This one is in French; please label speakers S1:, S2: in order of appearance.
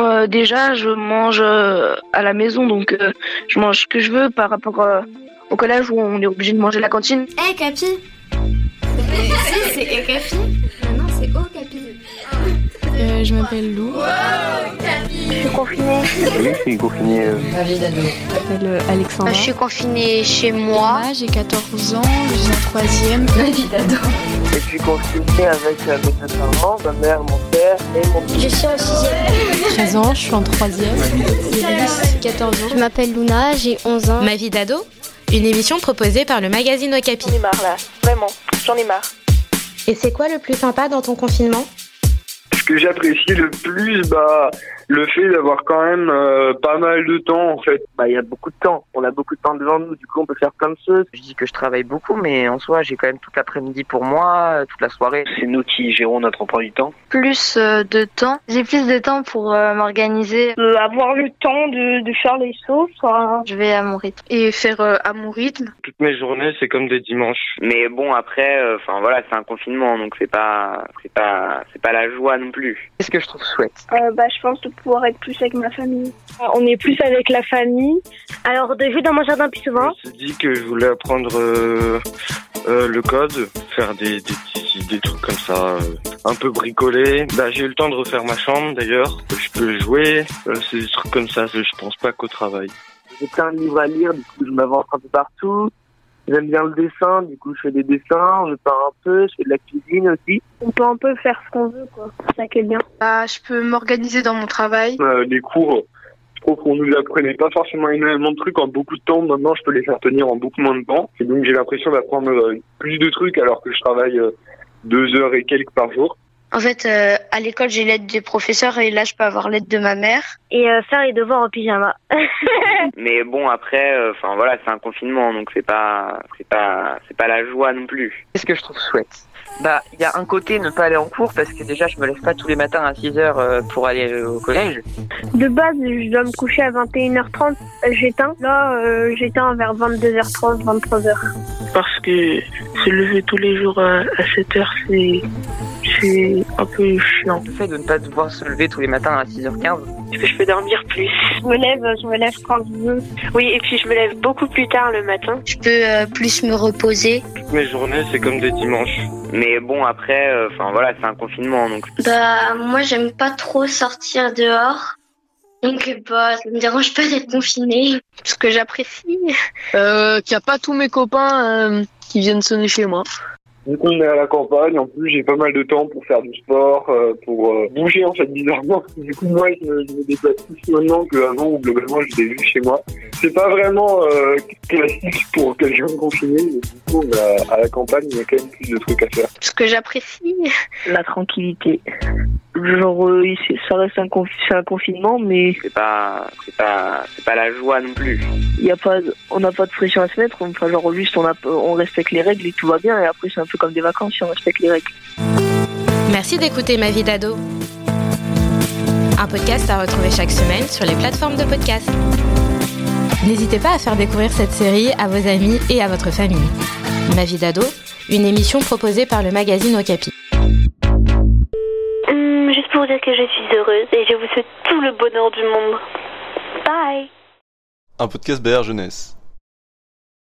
S1: euh, déjà, je mange euh, à la maison, donc euh, je mange ce que je veux par rapport euh, au collège où on est obligé de manger à la cantine.
S2: Eh, Capi Si, c'est eh, Capi Ah non, c'est oh, Capi
S3: Euh, je m'appelle Lou,
S1: Je suis confinée.
S4: Oui, je suis confiné. euh,
S3: je m'appelle euh, Alexandra.
S5: Ah, Je suis confinée chez moi.
S3: Emma, j'ai 14 ans, je suis en troisième.
S6: Et je suis confiné avec,
S4: euh,
S6: avec mes parents, ma mère, mon père et mon petit.
S3: 13 ans, je suis en troisième. Iris, 14 ans.
S5: m'appelle Luna, j'ai 11 ans.
S7: Ma vie d'ado, une émission proposée par le magazine Okapi.
S8: J'en ai marre là, vraiment, j'en ai marre.
S7: Et c'est quoi le plus sympa dans ton confinement
S4: Ce que j'apprécie le plus, bah, le fait d'avoir quand même euh, pas mal de temps, en fait.
S6: Bah, il y a beaucoup de temps. On a beaucoup de temps devant nous, du coup, on peut faire plein de choses. Je dis que je travaille beaucoup, mais en soi, j'ai quand même toute l'après-midi pour moi, euh, toute la soirée.
S9: C'est nous qui gérons notre emploi du temps.
S5: Plus euh, de temps. J'ai plus de temps pour euh, m'organiser.
S8: Euh, avoir le temps de, de faire les sauces, hein.
S5: Je vais à mon rythme.
S1: Et faire euh, à mon rythme.
S10: Toutes mes journées, c'est comme des dimanches.
S9: Mais bon, après, enfin voilà, c'est un confinement, donc c'est pas, c'est pas, c'est pas la joie non plus.
S6: Qu'est-ce que je trouve chouette
S8: Euh, bah, je pense de pouvoir être plus avec ma famille.
S11: On est plus avec la famille.
S5: Alors, de jouer dans mon jardin plus
S10: Je
S5: souvent.
S10: me suis dit que je voulais apprendre euh, euh, le code, faire des, des, petits- des trucs comme ça, euh, un peu bricoler. Bah, j'ai eu le temps de refaire ma chambre d'ailleurs. Je peux jouer. Euh, c'est des trucs comme ça. Je pense pas qu'au travail.
S6: J'ai plein de livres à lire, du coup, je m'avance un peu partout. J'aime bien le dessin, du coup, je fais des dessins, je peins un peu, je fais de la cuisine aussi.
S8: On peut un peu faire ce qu'on veut, quoi. C'est ça qui est bien.
S1: Bah, je peux m'organiser dans mon travail.
S4: Euh, les cours, je trouve qu'on nous apprenait pas forcément énormément de trucs en beaucoup de temps. Maintenant, je peux les faire tenir en beaucoup moins de temps. Et donc, j'ai l'impression d'apprendre euh, plus de trucs alors que je travaille euh, deux heures et quelques par jour.
S1: En fait, euh, à l'école, j'ai l'aide des professeurs et là, je peux avoir l'aide de ma mère.
S5: Et euh, faire les devoirs en pyjama.
S9: Mais bon, après, euh, enfin voilà, c'est un confinement, donc c'est pas, c'est pas, c'est pas la joie non plus.
S6: Qu'est-ce que je trouve chouette Bah, il y a un côté ne pas aller en cours parce que déjà, je me lève pas tous les matins à 6 heures euh, pour aller euh, au collège.
S8: De base, je dois me coucher à 21h30, euh, j'éteins. Là, euh, j'éteins vers 22h30, 23h.
S12: parce que se lever tous les jours à, à 7 heures, c'est c'est un peu chiant.
S6: Le fait de ne pas devoir se lever tous les matins à 6h15,
S12: Je peux dormir plus.
S8: Je me lève, je me lève quand je veux.
S12: Oui, et puis je me lève beaucoup plus tard le matin.
S5: Je peux euh, plus me reposer.
S10: Toutes mes journées, c'est comme des dimanches.
S9: Mais bon, après, euh, enfin voilà, c'est un confinement, donc
S2: Bah, moi, j'aime pas trop sortir dehors. Donc, bah, ça me dérange pas d'être confinée. Parce que j'apprécie.
S12: Euh, qu'il n'y a pas tous mes copains euh, qui viennent sonner chez moi.
S4: Du coup, on est à la campagne. En plus, j'ai pas mal de temps pour faire du sport, euh, pour euh, bouger, en fait, bizarrement. Du coup, moi, je, je me déplace plus maintenant qu'avant, où globalement, je l'ai vu chez moi. C'est pas vraiment euh, classique pour quelqu'un de confiné. mais Du coup, bah, à la campagne, il y a quand même plus de trucs à faire.
S5: Parce que j'apprécie.
S12: La tranquillité. Genre, euh, il- c'est- ça reste un, conf- c'est un confinement, mais
S9: c'est pas, c'est pas, c'est pas la joie non plus.
S12: il y a pas, on n'a pas de pression à se mettre. Enfin, genre, juste, on, a, on respecte les règles et tout va bien. Et après, c'est un peu comme des vacances si on respecte les règles.
S7: Merci d'écouter Ma vie d'ado. Un podcast à retrouver chaque semaine sur les plateformes de podcast. N'hésitez pas à faire découvrir cette série à vos amis et à votre famille. Ma vie d'ado, une émission proposée par le magazine Okapi.
S2: Hum, juste pour vous dire que je suis heureuse et je vous souhaite tout le bonheur du monde. Bye
S13: Un podcast BR Jeunesse.